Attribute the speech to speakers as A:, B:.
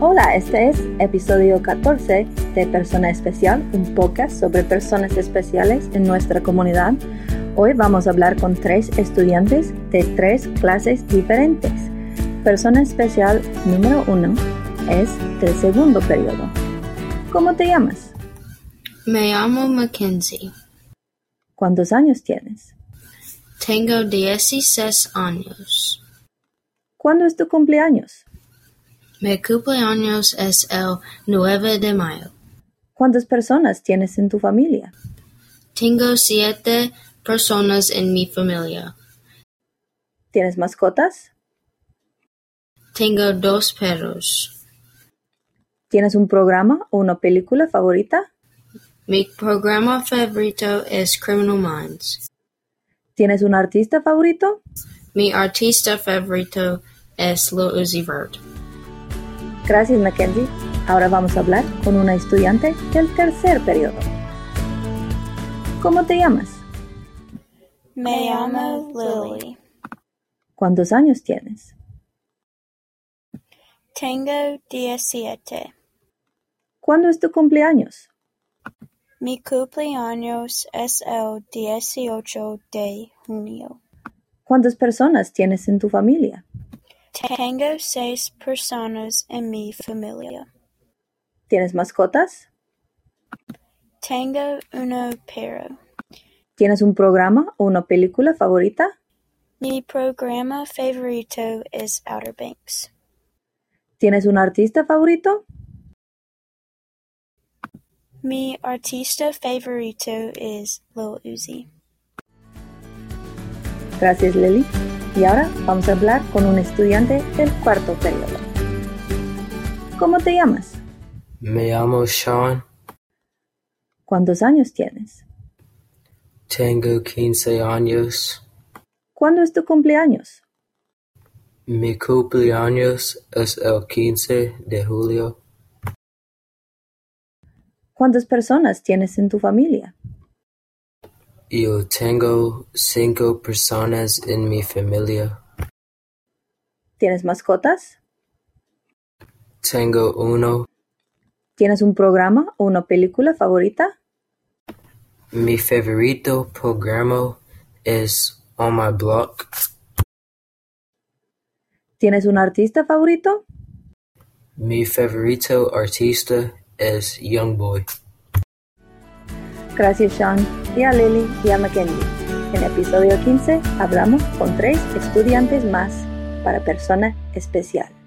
A: Hola, este es episodio 14 de Persona Especial, un podcast sobre personas especiales en nuestra comunidad. Hoy vamos a hablar con tres estudiantes de tres clases diferentes. Persona Especial número uno es del segundo periodo. ¿Cómo te llamas?
B: Me llamo Mackenzie.
A: ¿Cuántos años tienes?
B: Tengo 16 años.
A: ¿Cuándo es tu cumpleaños?
B: Mi cumpleaños es el 9 de mayo.
A: ¿Cuántas personas tienes en tu familia?
B: Tengo siete personas en mi familia.
A: ¿Tienes mascotas?
B: Tengo dos perros.
A: ¿Tienes un programa o una película favorita?
B: Mi programa favorito es Criminal Minds.
A: ¿Tienes un artista favorito?
B: Mi artista favorito es Lil Uzi Vert.
A: Gracias, Mackenzie. Ahora vamos a hablar con una estudiante del tercer periodo. ¿Cómo te llamas?
C: Me llamo Lily.
A: ¿Cuántos años tienes?
C: Tengo 17.
A: ¿Cuándo es tu cumpleaños?
C: Mi cumpleaños es el 18 de junio.
A: ¿Cuántas personas tienes en tu familia?
C: Tengo seis personas en mi familia.
A: ¿Tienes mascotas?
C: Tengo uno perro.
A: ¿Tienes un programa o una película favorita?
C: Mi programa favorito es Outer Banks.
A: ¿Tienes un artista favorito?
C: Mi artista favorito is Lil Uzi.
A: Gracias, Lily. Y ahora vamos a hablar con un estudiante del cuarto periodo. ¿Cómo te llamas?
D: Me llamo Sean,
A: ¿Cuántos años tienes?
D: tengo 15 años.
A: ¿Cuándo es tu cumpleaños?
D: Mi cumpleaños es el 15 de julio.
A: ¿Cuántas personas tienes en tu familia?
D: Yo tengo cinco personas en mi familia.
A: ¿Tienes mascotas?
D: Tengo uno.
A: ¿Tienes un programa o una película favorita?
D: Mi favorito programa es On My Block.
A: ¿Tienes un artista favorito?
D: Mi favorito artista es Youngboy.
A: Gracias Sean y a Lily y a Mackenzie. En episodio 15 hablamos con tres estudiantes más para persona especial.